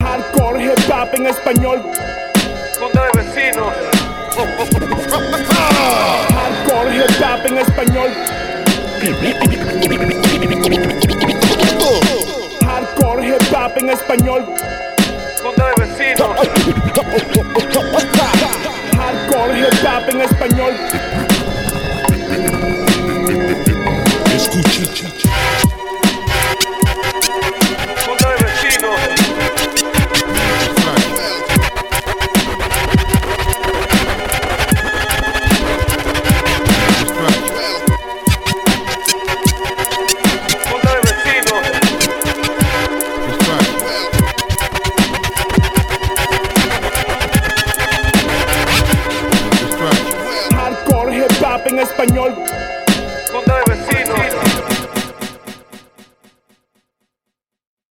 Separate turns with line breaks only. mejor hip hop en español.
Junta de vecinos.
Hardcore hip hop en español. Hardcore hip hop en español.
Junta de vecinos.